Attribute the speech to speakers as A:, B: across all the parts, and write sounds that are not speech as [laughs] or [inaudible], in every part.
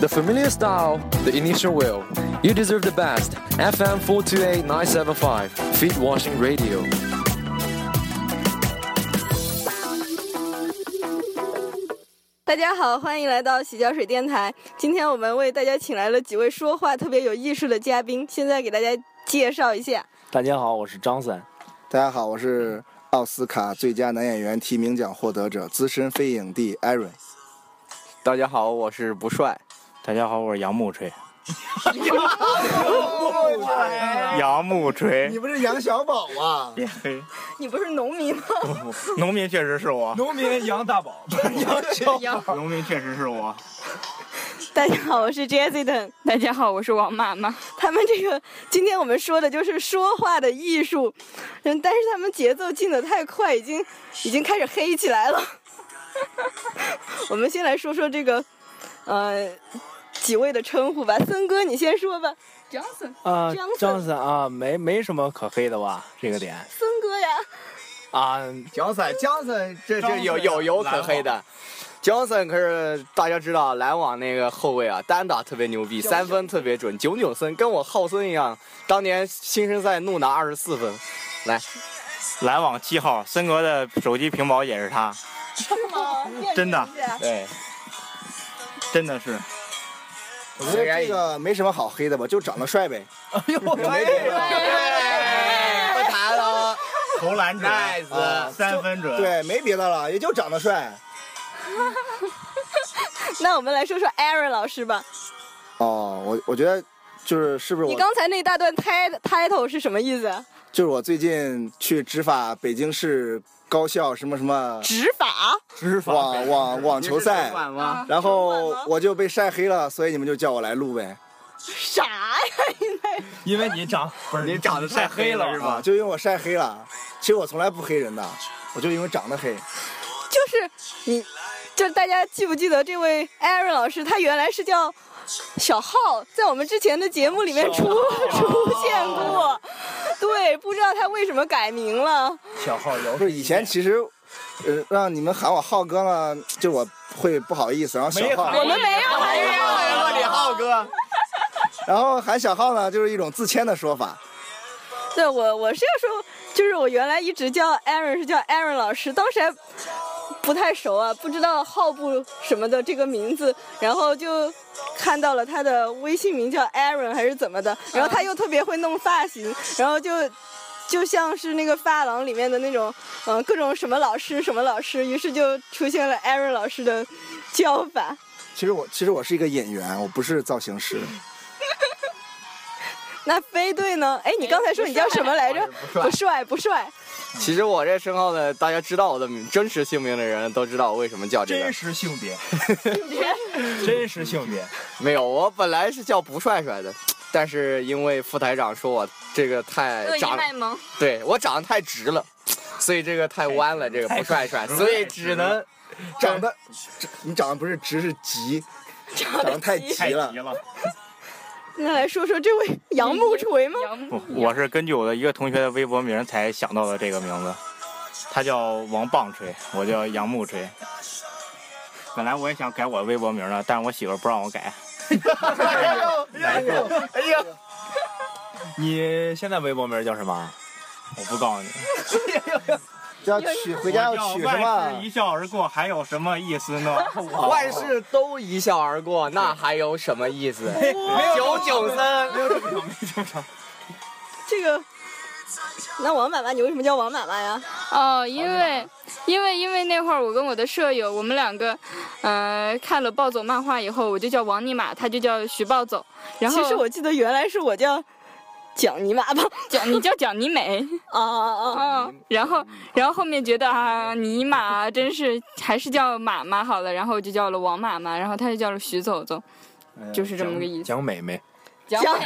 A: The familiar style, the initial will. You deserve the best. FM 428975, Feet Washing Radio.
B: 大家好，欢迎来到洗脚水电台。今天我们为大家请来了几位说话特别有艺术的嘉宾，现在给大家介绍一下。
C: 大家好，我是张森。
D: 大家好，我是奥斯卡最佳男演员提名奖获得者、资深非影帝 Aaron。
E: 大家好，我是不帅。
C: 大家好，我是杨木
F: [laughs]
C: 锤。杨木锤，
D: 不是杨小宝啊？
B: 你不是农民吗？
C: 农民确实是我，
F: 农民杨大宝，
C: [laughs] 农民确实是我。
B: 大家好，我是 Jessie 的。
G: 大家好，我是王妈妈。
B: 他们这个今天我们说的就是说话的艺术，嗯，但是他们节奏进得太快，已经已经开始黑起来了。 [laughs] 我们先来说说这个，呃，几位的称呼吧。森哥，你先说吧。
G: Johnson，
C: 啊
B: 张森
C: 张森啊，没没什么可黑的吧？这个点
B: 森哥呀，
C: 啊，
E: 江森，江森，这这有有有可黑的。江森可是大家知道，篮网那个后卫啊，单打特别牛逼，三分特别准，九九森，跟我浩森一样，当年新生赛怒拿二十四分。来，
C: 篮网七号森哥的手机屏保也是他，
B: 是吗？
C: 真的
E: 对，
C: 真的是。
D: 我觉得这个没什么好黑的吧，就长得帅呗。
E: 哎不谈了嗯
C: 投篮准
E: ，nice。
C: 三分准，
D: 对，没别的了，也就长得帅。
B: 那我们来说说 Aaron 老师吧。
D: 哦，我我觉得就是是不是
B: 你
D: 我
B: 刚才那一大段 tit- title 是什么意思啊？
D: 就是我最近去执法北京市高校什么什么
B: 执法？
D: 网网网球赛，
B: 啊
E: 吗？
D: 然
B: 城
D: 后
B: 管吗
D: 我就被晒黑了，所以你们就叫我来录呗。
B: 啥呀？应该
F: 因为你长不是
E: 你长得太黑了是
D: 啊，
E: 吧？
D: 就因为我晒黑了。其实我从来不黑人的，我就因为长得黑。
B: 就是你，就是大家记不记得这位 Aaron 老师，他原来是叫小浩，在我们之前的节目里面出出现过。对，不知道他为什么改名了。
F: 小号摇
D: 不是以前其实，呃，让你们喊我浩哥呢，就我会不好意思，然后小
F: 没
D: 浩
F: 喊，
B: 我们没有
E: 哎
B: 喊
E: 呀，哎呀，李浩哥，
D: 然后喊小浩呢，就是一种自谦的说法。
B: [laughs] 对我，我是要说，就是我原来一直叫 Aaron 是叫 Aaron 老师，当时还不太熟啊，不知道浩布什么的这个名字，然后就看到了他的微信名叫 Aaron 还是怎么的，然后他又特别会弄发型，然后就。就像是那个发廊里面的那种，嗯、各种什么老师什么老师，于是就出现了 Aaron 老师的叫法。
D: 其实我其实我是一个演员，我不是造型师。
B: 那飞队呢？哎，你刚才说你叫什么来着？不帅，不帅。
E: 其实我这称号呢，大家知道我的名真实姓名的人都知道我为什么叫这个
F: 真。实性
H: [laughs]
F: 别，真实性别，
E: 没有，我本来是叫不帅帅的，但是因为副台长说我这个太
G: 乐意
E: 长，
G: 卖萌，
E: 对我长得太直了，所以这个太弯了，这个不帅帅，所以只能
D: 长得，这你长得不是直是急，长得太急了。
F: 了。
B: 那来说说这位杨木锤吗？
G: 杨
H: 不，我是根据我的一个同学的微博名才想到的这个名字，他叫王棒槌，我叫杨木槌。本来我也想改我的微博名了，但是我媳妇儿不让我改。
C: 你现在微博名叫什么？
H: 我不告诉你，
D: 要取回家要取什
H: 万事一
D: 么？
H: 笑而过，还有什么意思 [laughs] 呢？
E: 万事都一笑而过，那还有什么意思？九九三，
B: 这个，那王妈妈，你为什么叫王啊妈妈呀？
G: 哦，因为因为因为那会儿我跟我的舍友，我们两个，呃，看了暴走漫画以后，我就叫王尼玛，他就叫徐暴走。然后
B: 其实我记得原来是我叫蒋尼玛吧？
G: 讲你叫蒋尼 [laughs] 美，
B: 啊啊啊！
G: 嗯，然后然后后面觉得啊，尼玛真是还是叫妈妈好了，然后就叫了王妈妈，然后他就叫了徐走走，就是这么个意思。
C: 蒋美美，
G: 蒋
B: 蒋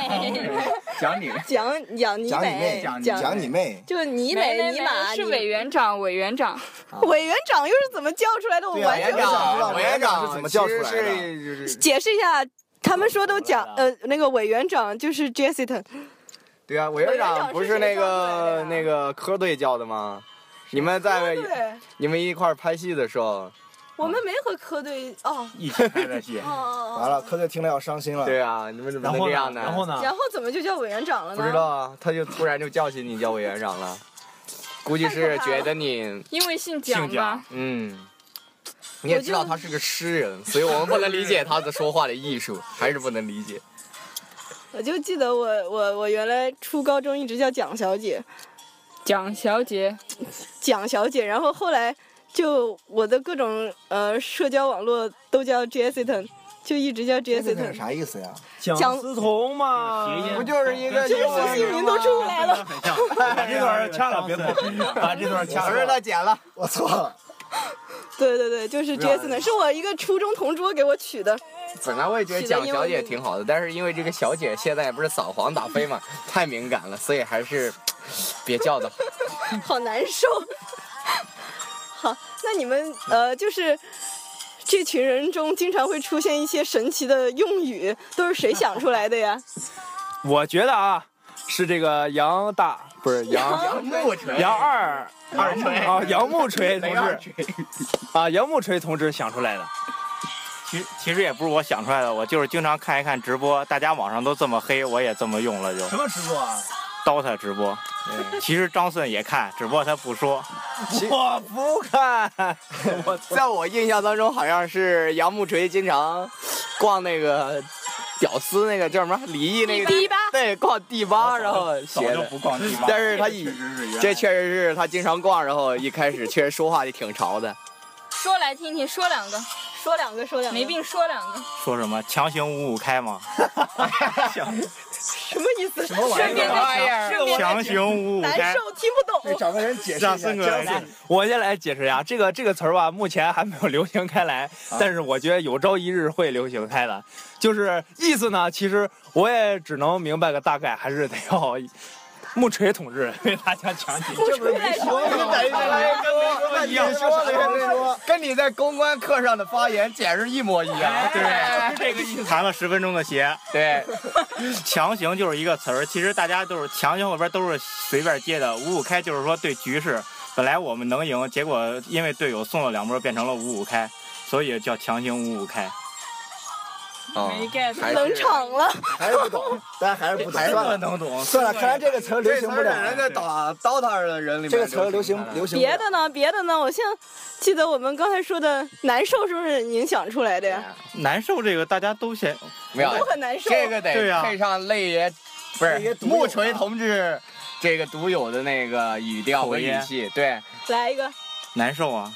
F: 讲你
B: [laughs] 蒋蒋尼
D: 讲你妹
B: 美，，
D: 讲你妹。
B: 就尼
G: 美
B: 美
G: 美
B: 尼玛
G: 是
B: 尼
G: 委员长，委员长。
B: 委员长又是怎么叫出来的？我
D: 对啊
B: 完全
D: 我也想知道
E: 长，
D: 委
E: 委
D: 员
E: 员
D: 长
E: 长
D: 是怎么叫出来的
E: 其实是
B: 解释一下。他们说都讲呃那个委员长就是 Jessica，
E: 对啊，委员长不是
B: 委
E: 那个
B: 员长是谁叫出来的呀
E: 那个科队叫的吗？你们在
B: 对，
E: 你们一块儿拍戏的时候，
B: 我们没和科队哦
H: 一起拍的戏
B: 哦。哦
D: 完了，科队听了要伤心了。
E: 对啊，你们怎么
A: 然
E: 能
A: 后
E: 这
A: 呢？
E: 样呢？
A: 然后呢
B: 哦，？然后怎么就叫委员长了呢？
E: 不知道啊，他就突然就叫起你叫委员长了，估计是觉得你，
G: 因为姓蒋
H: 姓
G: 嘛
H: 蒋，
E: 嗯，你也知道他是个诗人，所以我们不能理解他的说话的艺 [laughs] 术，还是不能理解。
B: 我就记得我我我原来初高中一直叫蒋小姐，
G: 蒋小姐，
B: 蒋小姐，然后后来就我的各种呃社交网络都叫 Jessiton，就一直叫
D: 这个是
B: Jessiton，
D: 啥意思呀？
A: 蒋
B: 蒋
A: 思彤嘛，
H: 谐音
E: 不就是一个
A: 这
E: 英
A: 个
E: 文
B: 姓名都出来了。
H: 很像，把
A: 这段掐了，别动，把这段掐
E: 我
A: 了
E: 让。他剪了，
D: 我错了，
B: 对对对，就是 Jessiton，是我一个初中同桌给我取的。
E: 本来我也觉得
B: 起的
E: 蒋
B: 英文
E: 小姐
B: 名
E: 挺好的，但是因为这个小姐现在不是扫黄打非嘛，太敏感了，所以还是别叫
A: [laughs]
E: 的好。
B: 好难受。 [laughs] 好，那你们呃，就是这群人中经常会出现一些神奇的用语，都是谁想出来的呀？ [laughs]
A: 我觉得啊，是这个杨大不是杨
E: 木锤
A: 杨二二锤啊，杨木锤同志啊，杨木锤同志想出来的。
H: 其实其实也不是我想出来的，我就是经常看一看直播，大家网上都这么黑，我也这么用了就。
A: 么直播啊？
H: DOTA 直播，其实张顺也看，只不过他不说。
A: 我不看，我
E: 在我印象当中，好像是杨木锤经常逛那个屌丝那个叫什么李毅那个
G: 迪吧
E: 对，逛迪吧，然后写的。
A: 逛地方
E: 但是他以这确实是他经常逛，然后一开始确实说话就挺潮的。
G: 说来听听，说两个，
B: 说两个，说两个，
G: 没病说两个，
H: 说什么强行五五开吗？
B: 什么意思？
G: 顺便再顺便
H: 强
G: 再
H: 行五五
B: 难
H: 开，
B: 受，听不懂。
D: 找个人解释一下。
H: 让森哥来
D: 江
H: 解释
A: 我先来解释一下这个这个词儿吧，目前还没有流行开来，
D: 啊
A: 但是我觉得有朝一日会流行开的。就是意思呢，其实我也只能明白个大概，还是得要木锤同志为大家讲解。
B: 不出来说 [laughs]
E: 等一下，跟你说
D: 说
E: 跟你在公关课上的发言简直一模一样。
H: 对，这个意思。谈了十分钟的鞋，
E: 对，
H: 强行就是一个词儿，其实大家都是强行后边都是随便接的。五五开就是说对局势，本来我们能赢，结果因为队友送了两波，变成了五五开，所以叫强行五五开。
G: [laughs]
A: 啊
G: 没 get
E: 还是
B: 冷场了，
D: 还是不 [laughs] 懂，但是还是不懂。算了，
H: 能懂？
D: 算了，看来这个词儿流行不
E: 这词儿
D: 了。
E: 在打 DOTA 的人里面
D: 这个词儿流行流行不
B: 别
D: 了。
B: 的呢？别的呢？我现在记得我们刚才说的难受是不是您想出来的呀？
H: 难受这个大家都嫌
E: 没有啊
B: 我很难受。
E: 哎这个
H: 对
A: 啊
E: 得
H: 呀
E: 配上泪爷，不
D: 泪爷
E: 是
D: 独有的
E: 木锤同志这个独有的那个语调和
H: 口
E: 语
H: 音
E: 气，对，
B: 来一个，
H: 难受啊。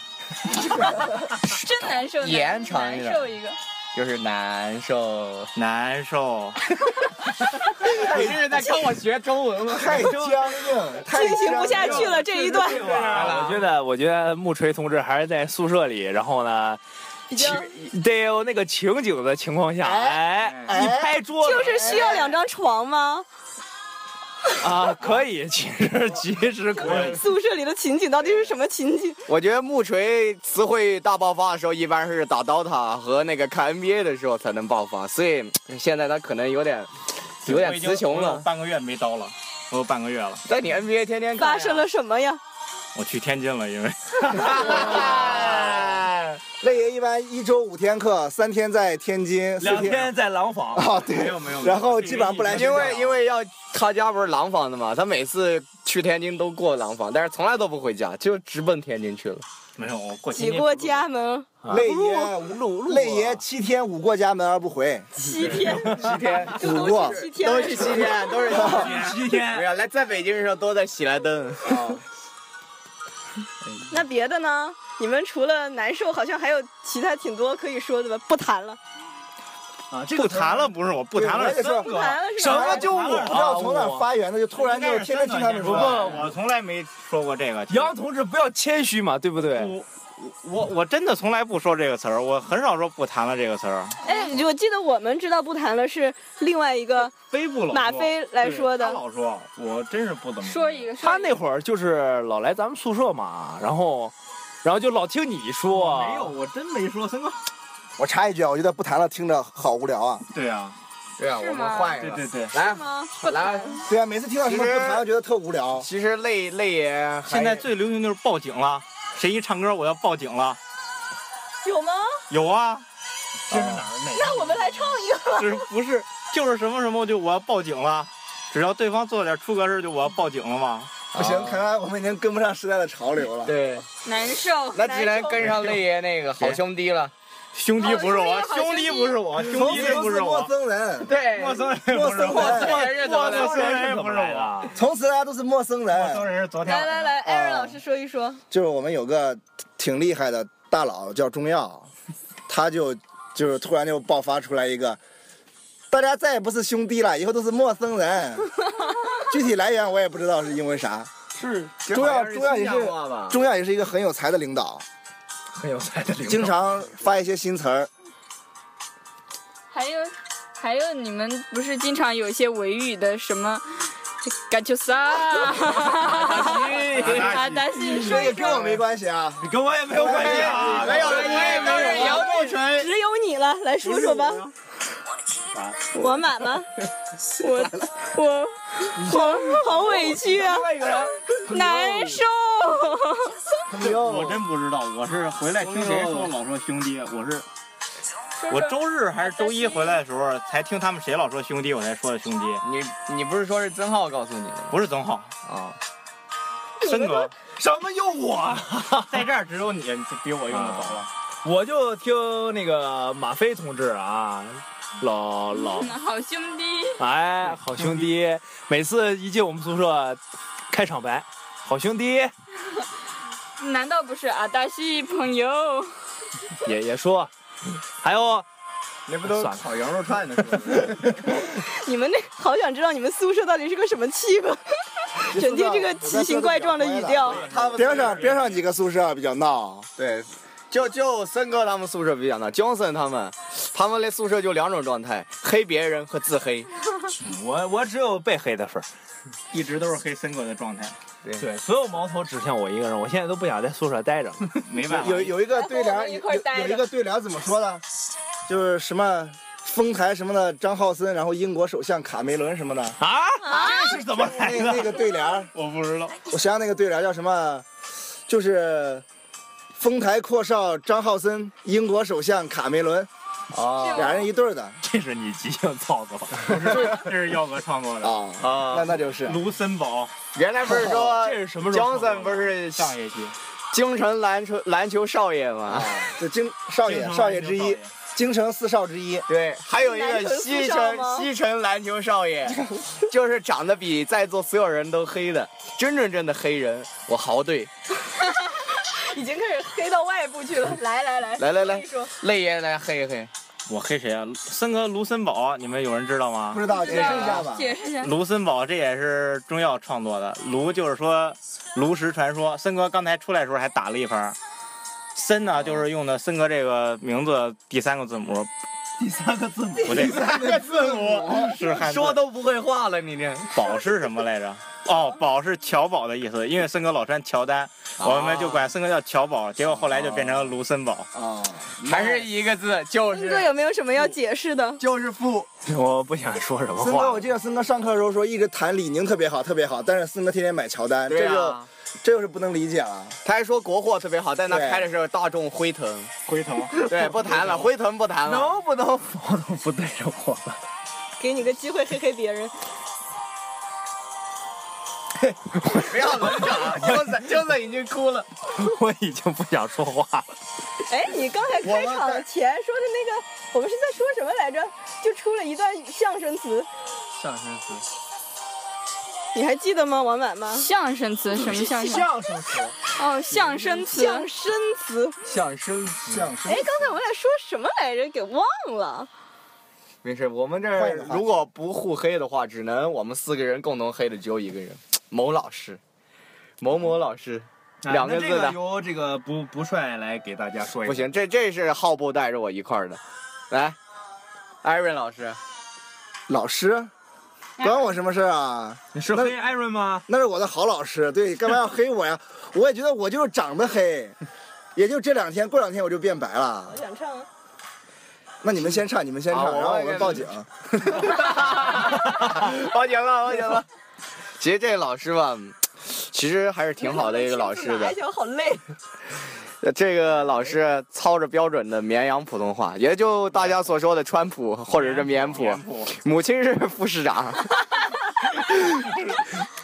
G: 真难受，
E: 延长一
G: 难
E: 点
G: 受一个，
E: 就是难受。
H: 难
E: [laughs]
H: 受，啊
E: 你这是在跟我学中文 [laughs] 吗？
D: 太僵硬，太
B: 进行不下去了这一段，
A: 我觉得，我觉得木锤同志还是在宿舍里，然后呢，
B: 已经
A: 得有那个情景的情况下，哎，一拍桌子，
B: 就是需要两张床吗？
A: 啊，可以，其实其实可以。
B: 宿舍里的情景到底是什么情景？
E: 我觉得木锤词汇大爆发的时候，一般是打 DOTA 和那个看 NBA 的时候才能爆发，所以嗯现在他可能有点有点词穷
H: 我已经我有
E: 了。
H: 半个月没刀了，我有半个月了，
E: 但你 NBA 天天看呀
B: 发生了什么呀？
H: 我去天津了，因为
D: 泪爷一般一周五天课，三天在天津，四
A: 两天在廊坊，
D: 啊，对，
H: 没有没有没有
D: 然后基本上不来
E: [laughs]
D: 学
E: 因
D: 校，
E: 为因为要他家不是廊坊的嘛，他每次去天津都过廊坊，但是从来都不回家，就直奔天津去了。
H: 没有我过
B: 挤
H: 天津
B: 过家门
D: 泪爷
E: 路
D: 泪爷七天五过家门而不回，
B: 七天，
E: 七天，
D: 五过
B: 七天
E: 都是七天，都是七天。
A: 七
E: 没
A: 天。
E: 哎有来，在北京的时候都在喜来登。
B: 那别的呢？你们除了难受，好像还有其他挺多可以说的吧？不谈了，
A: 啊，这
H: 不谈了，不是我不
D: 对
H: 谈
D: 我
H: 了
D: 也。是
B: 不谈了是
D: 什
B: 吧？
D: [laughs] 么就我不知道从哪儿发源的，就突然就天天听他们
H: 不不，
D: 说，
H: 我从来没说过这个。
A: 杨同志不要谦虚嘛，对不
E: 嗯
A: 对？
H: 我我我真的从来不说这个词儿，我很少说不谈了这个词儿。
B: 哎，我记得我们知道不谈了是另外一个
H: 飞不老说
B: 马飞来说
H: 对他
B: 的，
H: 老说，我真是不怎么
G: 说一个，
A: 他那
G: 儿
A: 会儿就是老来咱们宿舍嘛，然后，然后就老听你说，
H: 没有，我真没说，森哥。
D: 我插一句啊，我觉得不谈了听着好无聊啊。
H: 对啊，
E: 对啊，我
G: 是
E: 们
G: 吗
E: 换一
H: 对
E: 个。
H: 对对，
E: 来
B: 吗？
E: 来，
D: 对啊，每次听到什么
E: 其
D: 不
E: 实
D: 谈，我觉得特无聊。
E: 其实泪泪爷还
H: 现在最流行就是报警了，谁一唱歌我要报警了，
B: 有吗？
H: 有啊，
I: 这是哪儿哪个？
B: 那我们来唱一个吧。
H: [laughs] 只是不是就是什么什么就我要报警了，只要对方做点出格事就我要报警了嘛。
D: 不行，看来我们已经跟不上时代的潮流
E: [laughs]
D: 了。
E: 对，
B: 难受。
E: 那既然跟上泪爷那个好兄弟
H: [laughs]
E: 了，
H: 兄弟不是我，
B: 好
H: 兄
B: 兄弟
H: 弟不是我，啊兄
D: 从
H: 弟
D: 此
H: 不
D: 不
H: 是
D: 是陌
H: 我，
D: 生人，
E: 对
I: 陌生人，
D: 陌生人，
E: 人
I: 陌
E: 陌
I: 生
E: 生
I: 人
E: 人
I: 是怎么来的？
D: 从此大家都是陌生
I: 陌生
D: 人。
I: 人是昨天
B: 来
I: 晚
B: 来
I: 上
B: 来，艾瑞
D: 哦
B: 老师说一说。
D: 就是我们有个挺厉害的大佬叫中药，他就就是突然就爆发出来一个，大家再也不是兄弟了，以后都是陌生人。具体来源我也不知道是因为啥。是中药，中药也是中药也是一个很有才的领导，
I: 很有才的领导
D: 经常发一些新词儿。
G: 还有，还有，你们不是经常有一些维语的什么？感丘萨， [laughs] 阿达西，说
D: 这
G: 一
D: 个跟我没关系啊，
I: 你跟我也没有关系啊，
E: 没有，我也没有。杨慕纯，
B: 只有你了，来说说吧。我满吗？我我我好委屈啊，难受。
H: 我真不知道，我是回来听谁说老说兄弟，我是我周日还是周一回来的时候才听他们谁老说兄弟，我才说的兄弟，
E: 你你不是说是曾浩告诉你的吗？
H: 不是曾浩，
E: 啊，
H: 森哥
I: 什么又我？
H: 在这儿只有你比我用的好了。
I: 我就听那个马飞同志啊，老老
G: 嗯好兄弟，
I: 哎，好兄弟，每次一进我们宿舍，开场白，好兄弟
G: 难道不是阿达西朋友？
I: 也也说，还有
E: 那不
I: 都
E: 烤羊肉串呢？
B: 你们那好想知道你们宿舍到底是个什么气氛？整天这个奇形怪状的语调，
E: 他
D: 边上边上几个宿舍比较闹，
E: 对，就就森哥他们宿舍不一样的，Johnson 他们，他们那宿舍就两种状态，黑别人和自黑。
I: 我我只有被黑的份儿，
H: 一直都是黑森哥的状态，
I: 对，所有矛头指向我一个人，我现在都不想在宿舍待着了。
H: [laughs] 没办法
D: 有。有一个对
B: 哎然后我们
D: 联，
B: 一
D: 有
B: 块儿待着
D: 有一个对联怎么说的？就是什么丰台什么的，张浩森，然后英国首相卡梅伦什么的。
I: 啊，这是怎么来
E: 哎
D: 那个那
I: 的？
D: 个对联儿，
H: 我不知道，
D: 我想想那个对联儿叫什么？就是丰台阔少张浩森，英国首相卡梅伦，
E: 啊
D: 俩人一对儿的啊
I: [laughs] 这是你即兴造作，
H: 这是耀哥创作的。
D: 啊，那
E: 啊！
D: 那就是
H: 卢森堡
E: 原来不是说
I: 哦这是什么时候
E: Johnson 不是
H: 上一期
E: 京城篮球篮球少爷
I: 哦
E: 吗？
D: 这京少爷少爷之一，京城四少之一。
E: 对，还有一
B: 篮
E: 个
B: 球
E: 西
B: 少
E: 城
B: 吗
E: 西城篮球
B: [laughs]
E: 少爷，就是长得比在座所有人都黑的，真真正的黑人。我豪队，
B: 已经开始黑到外部去了。来来来，
E: 来来来
B: 说一说
E: 泪爷来黑一黑。
H: 我黑谁啊？森哥卢森堡，你们有人知道吗
D: 不？知道，解释一下吧。
G: 解释一下，
H: 卢森堡这也是中药创作的，卢就是说炉石传说。森哥刚才出来的时候还打了一番，森呢就是用的森哥这个名字第三个字母， [laughs] 第三个字母不对，第三个字母是汉字
E: 说都不会话了，你这
H: 宝是什么来着？哦，宝是乔宝的意思，因为森哥老穿乔丹，我们就管森哥叫乔宝，结果后来就变成了卢森堡。
I: 哦
D: 啊，
E: 还是一个字，就
B: 英哥
E: 是
B: 有没有什么要解释的？
E: 就是富。
I: 我不想说什么
D: 森哥，
I: 话
D: 我。记得森哥上课的时候说一直谈李宁特别好，特别好，但是森哥天天买乔丹，
E: 对
D: 这就
E: 啊，
D: 这就是不能理解了。
E: 他还说国货特别好，但他
D: 对
E: 开的时候大众辉腾，
H: 回头
E: 对，不谈了，辉腾不谈了。
I: 能不能矛头不对着我了？
B: 给你个机会黑黑别人。
E: 不要冷场 [laughs] 了，就是就是已经哭了。
I: 我已经不想说话了。
B: 哎，你刚才开场前说的那个，我们是在说什么来着？就出了一段相声词，
E: 上身词，
B: 你还记得吗，王满吗？
G: 相声词什么相声？
I: 声词，
G: 哦，相声词，
B: 相声词，
E: 上身词。
D: 相声
B: 哎，刚才我们俩说什么来着？给忘了。
E: 没事，我们这
D: 换
E: 儿
D: 一个话题
E: 如果不互黑的话，只能我们四个人共同黑的只有一个人，某老师，某某老师，
D: 嗯
E: 两
D: 啊
E: 个字
I: 那这
E: 的。
I: 由这个不不帅来给大家说一
E: 不行，这这是浩布带着我一块儿的，来，艾瑞老师，
D: 老师，管我什么事儿啊？
I: 你是黑艾瑞
E: [laughs]
I: 吗？
D: 那是我的好老师，对，干嘛要黑我呀？我也觉得我就是长得黑，也就这两天，过两天我就变白了
B: 我。想唱，啊
D: 那你们先唱，你们先唱，
E: 啊我
D: 然后我们报警。
E: 报警了，报警了。其实这个老师吧，其实还是挺好的一个老师
B: 还
E: 的，
B: 想好累。
D: 呃这个老师操着标准的绵阳普通话，也就大家所说的川普或者是绵普，母亲是副
J: [laughs]
D: 市长。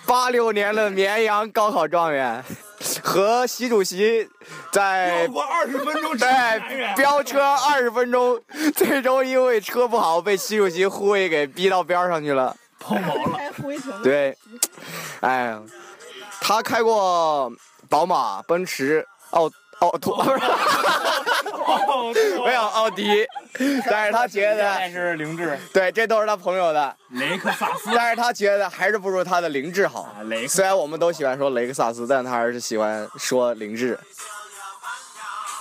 D: 八六年的绵阳高考状元和习主席在
J: 过二十分钟哎
D: 对，飙车二十分钟，最终因为车不好被习主席护卫给逼到边儿上去了。
B: 开胡一婷的
D: 对，哎呀，他开过宝马、奔驰、奥奥拓，不
E: 哦
D: 是，没有奥迪，但是他觉得，
H: 是凌志，
D: 对，这都是他朋友的，
J: 雷克萨
E: [laughs]
J: 斯，
D: 但是他觉得还是不如他的凌志
H: 啊
D: 好。
J: 雷克
D: 虽然我们都喜欢说雷克萨斯，但他还是喜欢说凌志。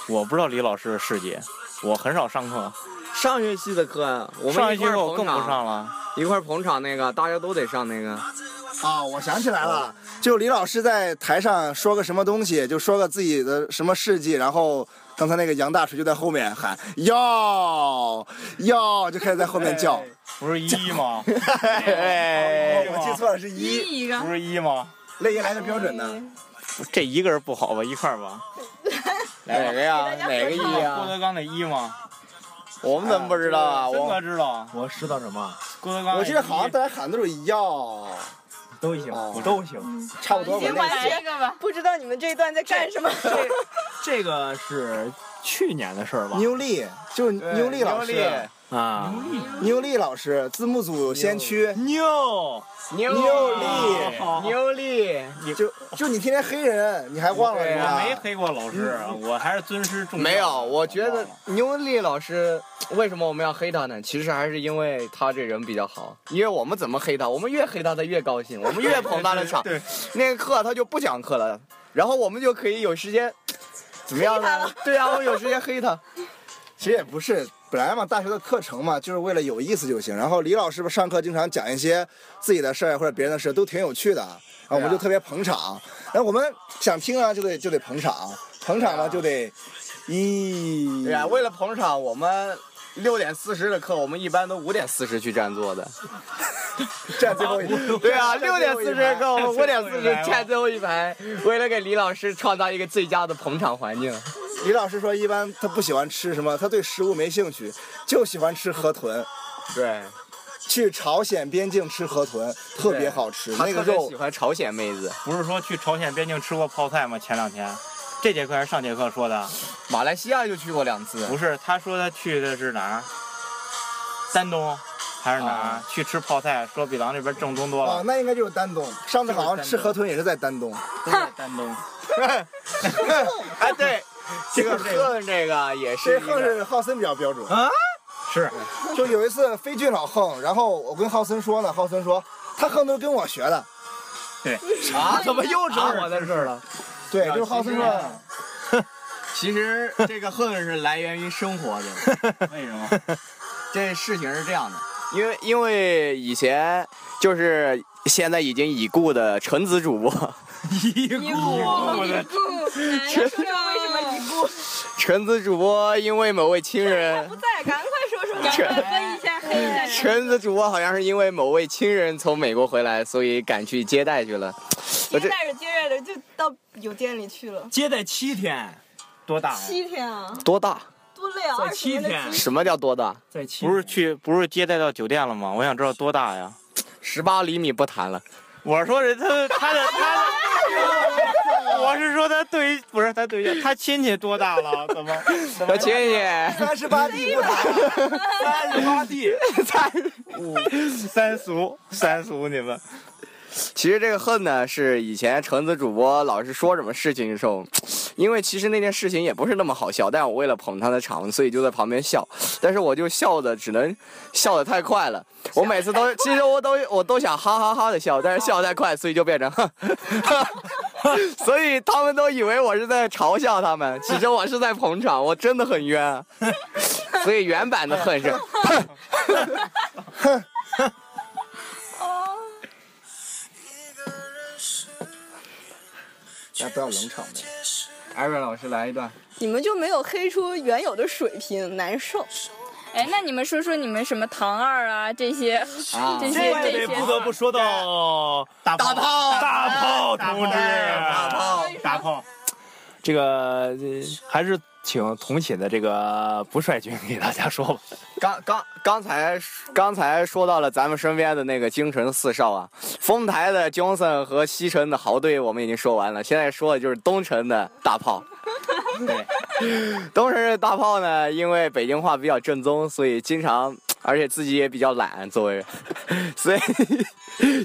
H: 我不知道李老师的世界，我 [laughs] 很少上课，
D: 上学期的课，啊我
H: 上一节课我更不上了。
D: 一块捧场那个，大家都得上那个。
A: 啊、我想起来了，就李老师在台上说个什么东西，就说个自己的什么事迹，然后刚才那个杨大锤就在后面喊哟哟，就开始在后面叫。
H: 不是一吗？ [laughs]
A: [laughs] 我记错了，是一，
G: 一个
H: 不是哎一吗？
A: 类一还是标准的。
B: 嗯
H: 这一个人不好吧？一块儿吧。哎
A: 哎
D: 哪个呀？哪个
A: 啊
D: 一
H: 郭
D: 呀？
H: 德纲的一吗？哎
D: 我们怎么不知道啊？
H: 森
D: 我
H: 哥知道，
J: 我知道什么？
H: 郭德纲。
A: 我记得好像大家喊的都是哟，
J: 都行
A: 哦，
J: 都行。
A: 差不多
B: 已
H: 哎
A: 吧
B: 经。
A: 那
B: 完
A: 个
G: 来一个吧。
B: 不知道你们这一段在干什么。
J: 这个是去年的事儿吧？
A: 牛力就是牛力老
D: 牛力
A: 师，
J: 啊，
A: 牛力老师字幕组先驱，
J: 牛，
D: 牛
A: 牛
D: 力，牛力，
A: 就就你天天黑人，你还忘了
D: 对
A: 人
D: 啊
H: 我
A: 家？
H: 没黑过老师，
E: 啊嗯
H: 我还是尊师重道。
D: 没有，我觉
H: 好
D: 得
H: 不好
D: 牛力老师为什么我们要黑他呢？其实还是因为他这人比较好，因为我们怎么黑他，我们越黑他他越高兴，我们越捧他的
A: [laughs]
D: 场。
H: 对对
D: 那个课他就不讲课了，然后我们就可以有时间怎么样呢？对啊，我们有时间黑他。
A: 其实也不是，本来嘛，大学的课程嘛，就是为了有意思就行。然后李老师吧，上课经常讲一些自己的事儿或者别人的事儿，都挺有趣的。然后我们就特别捧场，然后我们想听啊，就得就得捧场，捧场
D: 对啊
A: 呢就得，咦
D: 对，啊，为了捧场，我们六点四十的课，我们一般都五点四十去占
A: [laughs]
D: 座的。
A: 站最后一，
D: 对啊，六点四十的课，我们五点四十
H: 站最后一排
D: 站最后一排，为了给李老师创造一个最佳的捧场环境。
A: 李老师说一般他不喜欢吃什么，他对食物没兴趣，就喜欢吃河豚。
D: 对，
A: 去朝鲜边境吃河豚特别好吃，
D: 他
A: 那个
D: 特别
A: 肉
D: 喜欢朝鲜妹子，
H: 不是说去朝鲜边境吃过泡菜吗？前两天，这节课还是上节课说的？
D: 马来西亚就去过两次。
H: 不是，他说他去的是哪儿？丹东还是哪儿？
D: 啊
H: 去吃泡菜，说比咱这边正宗多
A: 啊
H: 了。，
A: 那应该就是丹东。上次好像吃河豚也是在丹东，
H: 都是丹东，
D: 哎，对，这个恨这个也是
A: 这
D: 一
A: 横
D: 个
A: 是浩森比较标准。
H: 是
A: 就有一次飞俊老横，然后我跟浩森说呢，浩森说他横都是跟我学的，
D: 啊，怎么又找我的事儿了？啊
A: 对，
H: 啊
A: 就是浩森说 [laughs]
D: 其实这个恨是来源于生活的，
H: 为什么？
D: [laughs] 这事情是这样的，因为因为以前就是现在已经已故的橙子主播，
G: 一步
B: 啊
G: 一步，
B: 说哎说为什么你不
D: 橙子主播因为某位亲人
B: [laughs] 不。在？赶快说说，赶快分一下黑一下。
D: 橙子主播好像是因为某位亲人从美国回来，所以赶去接待去了。呃
B: 接
D: 我这
B: 待着接待着就到酒店里去了，
J: 接待七天，
H: 多大呀？
B: 七天啊，
D: 多大？
B: 多累啊，
J: 在
B: 二十年
J: 七
B: 的
J: 天
B: 积蓄
D: 什么叫多大？
J: 在七
H: 不是去，不是接待到酒店了吗？我想知道多大呀？
D: 十八厘米不谈了。
H: 我说人他他的他的，我是说他对不是他对象，他亲戚多大了？
J: [laughs]
H: 怎么？怎么
D: 呃小亲戚，
A: 三十八地不
D: [laughs]
A: 打，
J: 三十八地，
H: 三俗三俗你们？
D: 其实这个恨呢，是以前橙子主播老是说什么事情的时候，因为其实那件事情也不是那么好笑，但我为了捧他的场，所以就在旁边笑。但是我就笑的只能笑的太快了，我每次都其实我都我都想哈哈哈的笑，但是笑得太快，所以就变成， [laughs] 哈哈所以他们都以为我是在嘲笑他们，其实我是在捧场，我真的很冤啊。所以原版的恨是，
B: 哦，
A: 大家不要冷场呗。
D: 艾瑞老师来一段。
B: 你们就没有黑出原有的水平，难受。
G: 哎，那你们说说你们什么唐二啊这些
D: 啊
G: 这些
J: 这个
G: 这
J: 得
G: 些
J: 不得不说到
H: 大炮
J: 大炮同志，啊
H: 大炮
J: 大
H: 大炮，
E: 这个呃还是请同寝的这个不帅君给大家说吧。
D: 刚刚刚才刚才说到了咱们身边的那个京城四少啊，丰台的 Johnson 和西城的豪队我们已经说完了，现在说的就是东城的大炮。对， [laughs] 东城的大炮呢，因为北京话比较正宗，所以经常，而且自己也比较懒，作为， [laughs] 所以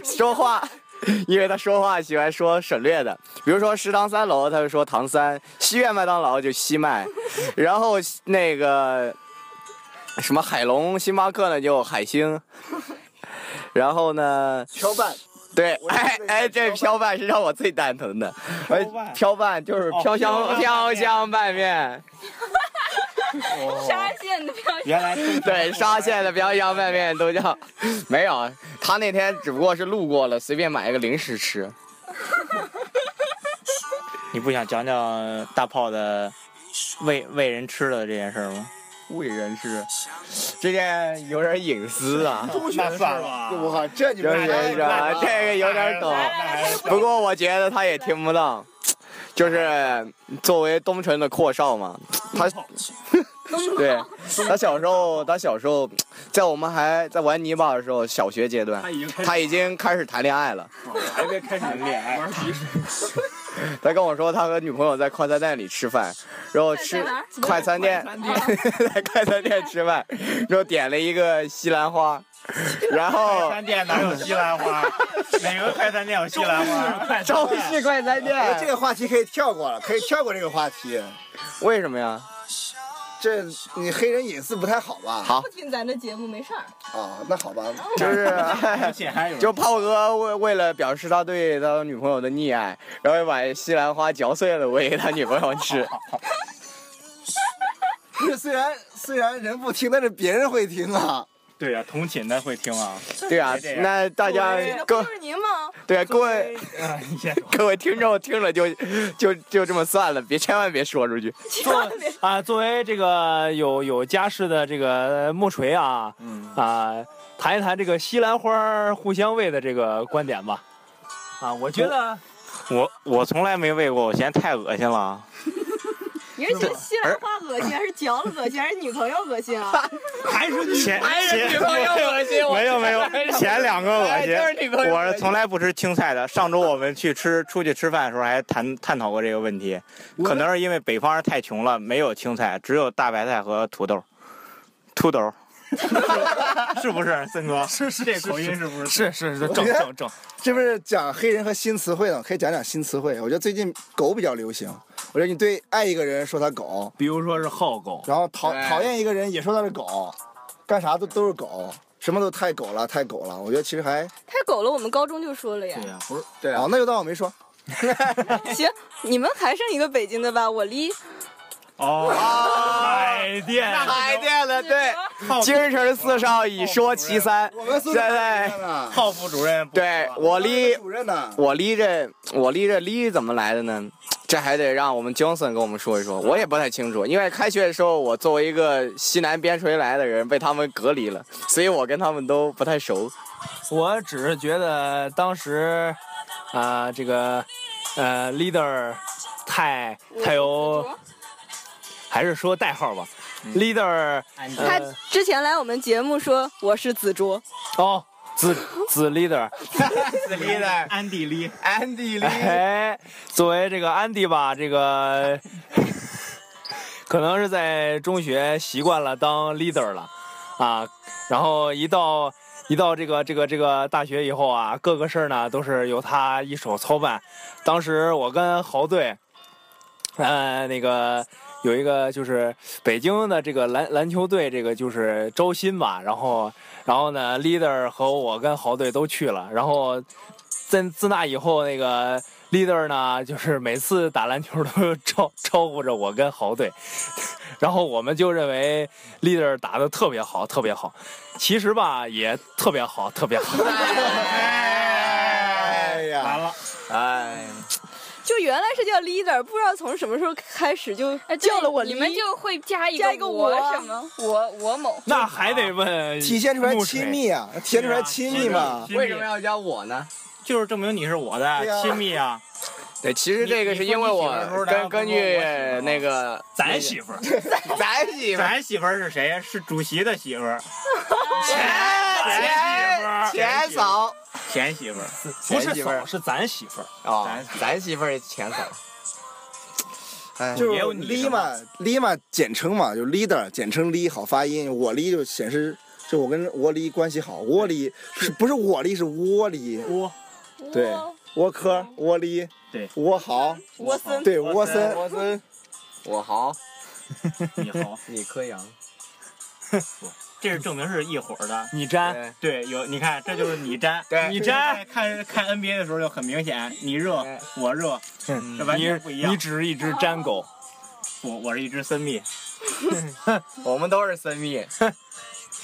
D: 说话。因为他说话喜欢说省略的，比如说食堂三楼，他就说唐三；西苑麦当劳就西 [laughs] 麦，然后那个什么海龙星巴克呢就海星，然后 [laughs] 呢，
A: 小板
D: 对，
A: 我
D: 哎哎，这漂拌是让我最蛋疼的，哎
H: 拌
D: 漂拌就是飘香、飘香拌面，
G: 沙县的飘
H: 原来
D: [laughs] 对，沙县的飘香拌面都叫， [laughs] 没有，他那天只不过是路过了，随便买一个零食吃。
H: 你不想讲讲大炮的喂喂人吃的这件事儿吗？
D: 为人师，这件有点隐私 [laughs] 啊。
H: 那算了，
A: 我靠，这你
D: 就
A: 们
D: 是
A: 太
D: 这个
A: 了
D: 这个有点懂， [laughs] 不过我觉得他也听不到，就是作为东城的阔少嘛，他， [laughs] 对，他小时候他小时候在我们还在玩泥巴的时候，小学阶段，他已经开始谈恋爱了。
H: 还没开始
E: 哎
H: 恋爱，
D: 他跟我说他和女朋友在快餐店里吃饭，然后吃快餐店， [laughs] 在快餐店吃饭，然后点了一个西兰 [laughs] 花，然
H: 快
D: 后
H: 餐店哪有西兰花？哪个快餐店有西兰 [laughs] 花？
D: 中式快餐
A: 哎这
D: 店，
A: 个话题可以跳过了，可以跳过这个话题。
D: 为什么呀？
A: 这你黑人隐私不太好吧？
D: 好
B: 不听咱的节目没事儿。
A: 啊，那好吧， [laughs]
D: 就是。 [laughs]
H: 显还有
D: 就炮哥为为了表示他对他女朋友的溺爱，然后把西兰花嚼碎了喂他女朋友 [laughs] 吃。
A: 不是虽然虽然人不听，但是别人会听啊。
H: 对呀、同寝的会听啊。
D: 对啊
H: 别这，样
D: 那大家
B: 这不
D: 各
B: 就是您吗？
D: 对啊各位
H: 啊，你先说。
D: 各位听众听了就就就这么算了，别千万别说出去。
E: 作啊，作为这个有有家室的这个木锤啊，啊，谈一谈这个西兰花互相喂的这个观点吧。啊，我觉得
H: 我我从来没喂过，我嫌太恶心了。
B: 你是觉得西兰花恶心，还是嚼了恶心，还是女朋友恶心啊？
H: 还是女前
D: 还
H: [laughs]
D: 是女朋友恶心我
H: 没有没有，前两个恶
D: 哎
H: 心。
D: 就是女朋友
H: 我
D: 恶
H: 是
D: 心
H: 从来不吃青菜的。上周我们去吃 [laughs] 出去吃饭的时候还谈探讨过这个问题，可能是因为北方人太穷了，没有青菜，只有大白菜和土豆，土豆， [laughs] 是不是森哥？是是这口音是不是？
E: 是是是正正正，
A: 这不是讲黑人和新词汇呢？可以讲讲新词汇。我觉得最近狗比较流行。我觉得你对爱一个人说他狗，
E: 比如说是好狗，
A: 然后讨
D: 哎
A: 讨厌一个人也说他是狗，干啥都都是狗，什么都太狗了，太狗了。我觉得其实还哦
B: 太狗了，我们高中就说了呀。
D: 对
A: 好，，那就当我没说。
B: 行，你们还剩一个北京的吧？我离
E: 海淀
D: 哦海淀的 [laughs] 对，京城四少已说其三，现在
A: 呢？
H: 浩副主任不
D: 对我离
A: 主任呢？
D: 我离这我离这离怎么来的呢？这还得让我们 Johnson 跟我们说一说，我也不太清楚，因为开学的时候我作为一个西南边陲来的人被他们隔离了，所以我跟他们都不太熟。
E: 我只是觉得当时，啊、这个，呃，leader 太太有，还是说代号吧、l 呃 e a d e r
B: 他之前来我们节目说我是子卓，
E: 哦，子子 leader，
D: 子离的
H: 安迪离，
D: 安迪离，
E: 哎，作为这个安迪吧，这个 [laughs] 可能是在中学习惯了当 leader 了，啊，然后一到一到这个这个这个大学以后啊，各个事儿呢都是由他一手操办。当时我跟豪队，呃，那个有一个就是北京的这个篮篮球队，这个就是招新吧，然后然后呢，leader 和我跟豪队都去了，然后自自那以后，那个 leader 呢，就是每次打篮球都招招呼着我跟豪队， [laughs] 然后我们就认为 leader 打的特别好，特别好，其实吧也特别好，特别好。
A: 哎呀，
H: 完了，
D: 哎，
B: 就原来是叫 leader，不知道从什么时候开始就
G: 哎对
B: 叫了我
G: 你
B: 离。
G: 们就会加一
B: 加一个
G: 我
B: 我
G: 什么我我某，
E: [laughs] 那还得问啊
A: 体现出来
E: 木锤
A: 亲密啊，体现出来亲密嘛。
H: 亲密
D: 为什么要加我呢？
H: 就是证明你是我
A: 对呀
H: 的亲密啊？
D: 对，其实这个是因为我
H: 你你说你媳妇儿
D: 根
H: 呢
D: 根
H: 不
D: 据
H: 是我媳妇儿
D: 那个那
J: 咱
D: 个
J: 媳妇儿，
D: 咱媳妇儿
H: 咱媳妇儿是谁？是主席的媳妇儿，
D: 前前前嫂
H: 哎前媳妇儿。
J: 不
D: 前
J: 是
D: 媳妇儿
J: 嫂，是咱媳妇儿。
D: 啊
H: 咱媳，妇儿
D: 咱媳妇儿前嫂。哎，
A: 就是
J: 也有你的
A: Lima Lima 简称嘛，就 leader 简称 Li 好发音，我 Li 就显示就我跟窝里关系好，窝里是不是我里是窝里？
J: 窝
A: 对，窝科窝里
J: 对
A: 窝豪
B: 沃森，
A: 对窝森
D: 我森，我豪，
H: 你好，
D: 你柯阳，
H: 这是证明是一伙儿的。
J: 你粘，
D: 对
H: 对，有你看，这就是你粘。
D: 对
H: 你粘。看 [laughs] 看 NBA 的时候就很明显，你热
D: 哎嗯
H: 我热，
E: 嗯
H: 这完全不一
J: 你
H: 样
J: 你。只是一只粘狗，
H: 我我是一只森密，
D: 我们都是森密，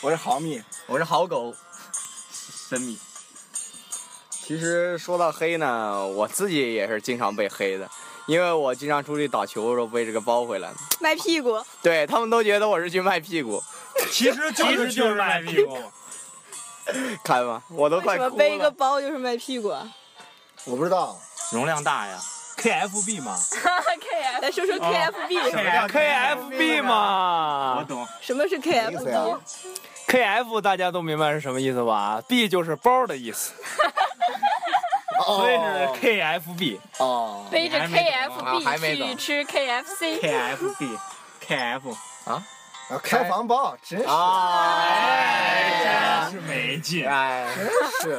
A: 我是豪密，
D: [laughs] 我是好狗。
H: 森密。
D: 其实说到黑呢，我自己也是经常被黑的，因为我经常出去打球的时候背着个包回来，
B: 卖屁股，
D: 对他们都觉得我是去卖屁股，
H: 其实
J: 就
H: 就
J: 是
H: 是就是卖屁股，
D: 看吧，我都
B: 为
D: 快
B: 什么
D: 哭
B: 背一个
D: 了。
B: 包就是卖屁股啊？
A: 我不知道，
H: 容量大呀。
J: KFB 嘛
B: [laughs]
G: KF
B: 来说说 KFB，、
J: ，KFB
H: 我
J: 嘛
H: 懂，
B: 什么是
A: 啥意思呀
B: KFB？？
E: ，KF 大家都明白是什么意思吧？B 就是包的意思，所以
A: 哦
E: 是 KFB。
A: 哦，
G: 背着
H: 你还没懂
D: 啊还没
G: KFB
E: [laughs]
D: 懂
G: 去吃 KFC，
H: KFB。KF，
A: 啊开房包真是
D: 啊，
J: 真
D: 哎，
J: 是没劲。
D: 哎，
A: 真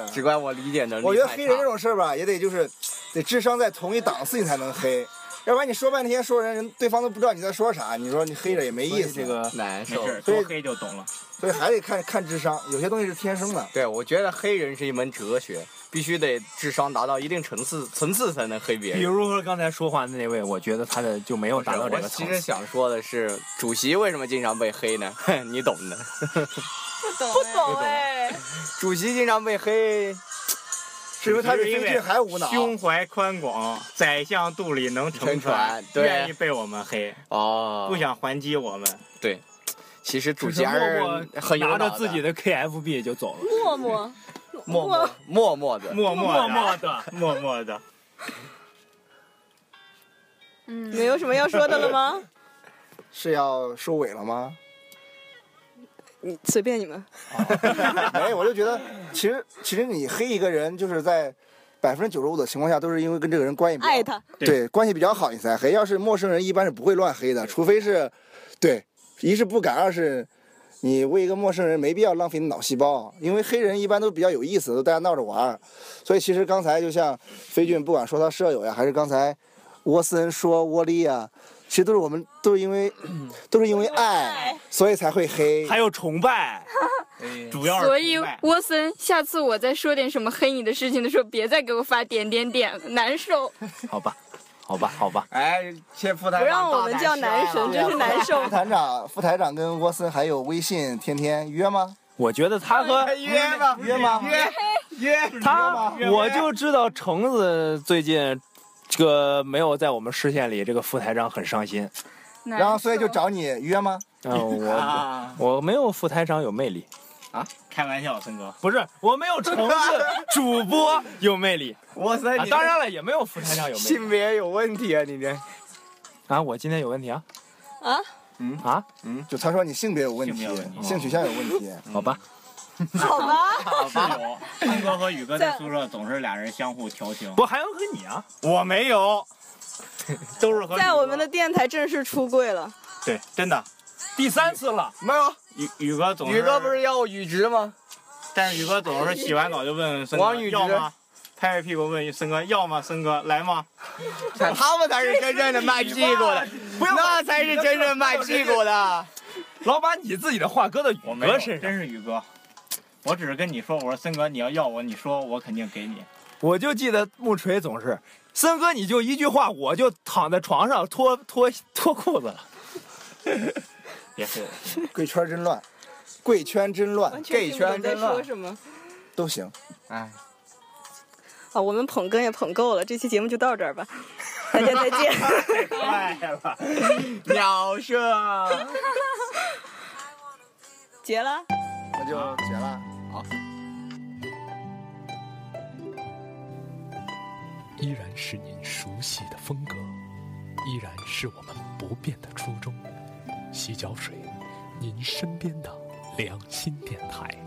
A: 是。
D: 只怪我理解能力
A: 我觉得
D: 太
A: 黑人
D: 差
A: 这种事儿吧，也得就是得智商在同一档次，你才能黑，要不然你说半天说人人对方都不知道你在说啥，你说你黑着也没意思。
E: 这个
D: 难
H: 没
D: 受。
H: 事，多黑就懂了。
A: 所以还得看看智商，有些东西是天生的。
D: 对，我觉得黑人是一门哲学，必须得智商达到一定层次层次才能黑别
E: 比
D: 人。
E: 如说刚才说话的那位，我觉得他的就没有
D: 不
E: 达
D: 是
E: 到
D: 我
E: 这个
D: 其
E: 层
D: 实
E: 次。
D: 想说的是，主席为什么经常被黑呢？ [laughs] 你懂的。
B: 不懂不懂哎，
D: 主席经常被黑，
A: 是因为他比飞俊还无脑。
H: 胸怀宽广，宰相肚里能撑
D: 撑船对
H: 愿意被我们黑，
D: 哦
H: 不想还击我们。
D: 对，其实主
E: 只
D: 席
E: 是
D: 还是
E: 默
D: 很有
E: 默拿着
D: 脑
E: 自己的 KFB 就走了，
B: 默默，
D: 默默默默的，
H: 默默
J: 默
H: 的
J: 默的，
H: 默默的，
G: 嗯，
B: 你有什么要说的了吗？
A: 是要收尾了吗？ [laughs]
B: 你嗯随便你们，
A: 没，我就觉得其实其实你黑一个人，就是在百分之九十五的情况下，都是因为跟这个人关系比较
B: 爱他，
A: 对关系比较好，你才黑。要是陌生人，一般是不会乱黑的，除非是，对，一是不敢，二是你为一个陌生人没必要浪费你脑细胞，因为黑人一般都比较有意思，都大家闹着玩儿。所以其实刚才就像飞俊，不管说他舍友呀，还是刚才沃森说窝利呀，其实都是我们都是因为都是因为爱，所以才会黑。
E: 还有崇拜。
H: 主要是
G: 所以
H: 崇拜
G: 沃森，下次我再说点什么黑你的事情的时候，别再给我发点点点了，难受。
E: 好吧，好吧，好吧，
D: 哎，切副台
B: 不让我们叫男神，真是啊难 [laughs] 受
A: 副。台长，副台长跟沃森还有微信天天约吗？
E: 我觉得他和
D: 约吧，
A: 约吗？
D: 约约，
E: 他，我就知道橙子最近这个没有在我们视线里，这个副台长很伤心。
G: 难
A: 然后所以就
G: 受
A: 找你约吗？
E: 嗯， [laughs] 我
H: 啊，
E: 我没有副台长有魅力，
H: 开玩笑，森哥，
E: 不是我没有橙子主播有魅 [laughs] 力
D: 哇塞，
E: 啊，
D: 你
E: 当然了，也没有副台长有魅力
D: 性别有问题啊，你这
E: 啊。我今天有问题啊？
B: 啊？
E: 嗯啊？
A: 就他说你性别有问题
H: 性别有问，题
A: 性取向有问题。
E: 好吧，
B: 好吧，
H: 室友，森哥和宇哥在宿舍总是俩人相互调情。
E: 不还有和你啊？
H: 我没有，都是和宇哥
B: 在我们的电台正式出柜了，
H: 对，真的，
E: 第三次了，
D: 没有。
H: 宇宇哥总是
D: 宇哥不是要我宇
E: [laughs]
D: 植吗？
H: 但是宇哥总是洗完澡就问森哥
D: 王宇之
H: 要吗？拍着屁股问森哥要吗？森哥来吗？
D: 他们才是真正的卖屁股的，那才是真正卖屁股的。
E: 老把你自己的话搁到宇
H: 我没有，
E: 哥身上，
H: 真是宇哥。我只是跟你说，我说森哥，你要要我，你说我肯定给你。
E: 我就记得木锤总是。森哥，你就一句话，我就躺在床上脱脱脱裤子了。
H: 也是，
A: [laughs] 贵圈真乱，贵圈真乱
B: 完全听不懂
D: 给圈
B: 在
D: 真乱
B: 说什么。
A: 都行。
D: 哎，
B: 啊，我们捧哏也捧够了，这期节目就到这儿吧，大家再 [laughs] 见。
H: 快了，
D: 鸟舍
B: 结了。
A: 那就结了。
K: 依然是您熟悉的风格，依然是我们不变的初衷。洗脚水，您身边的良心电台。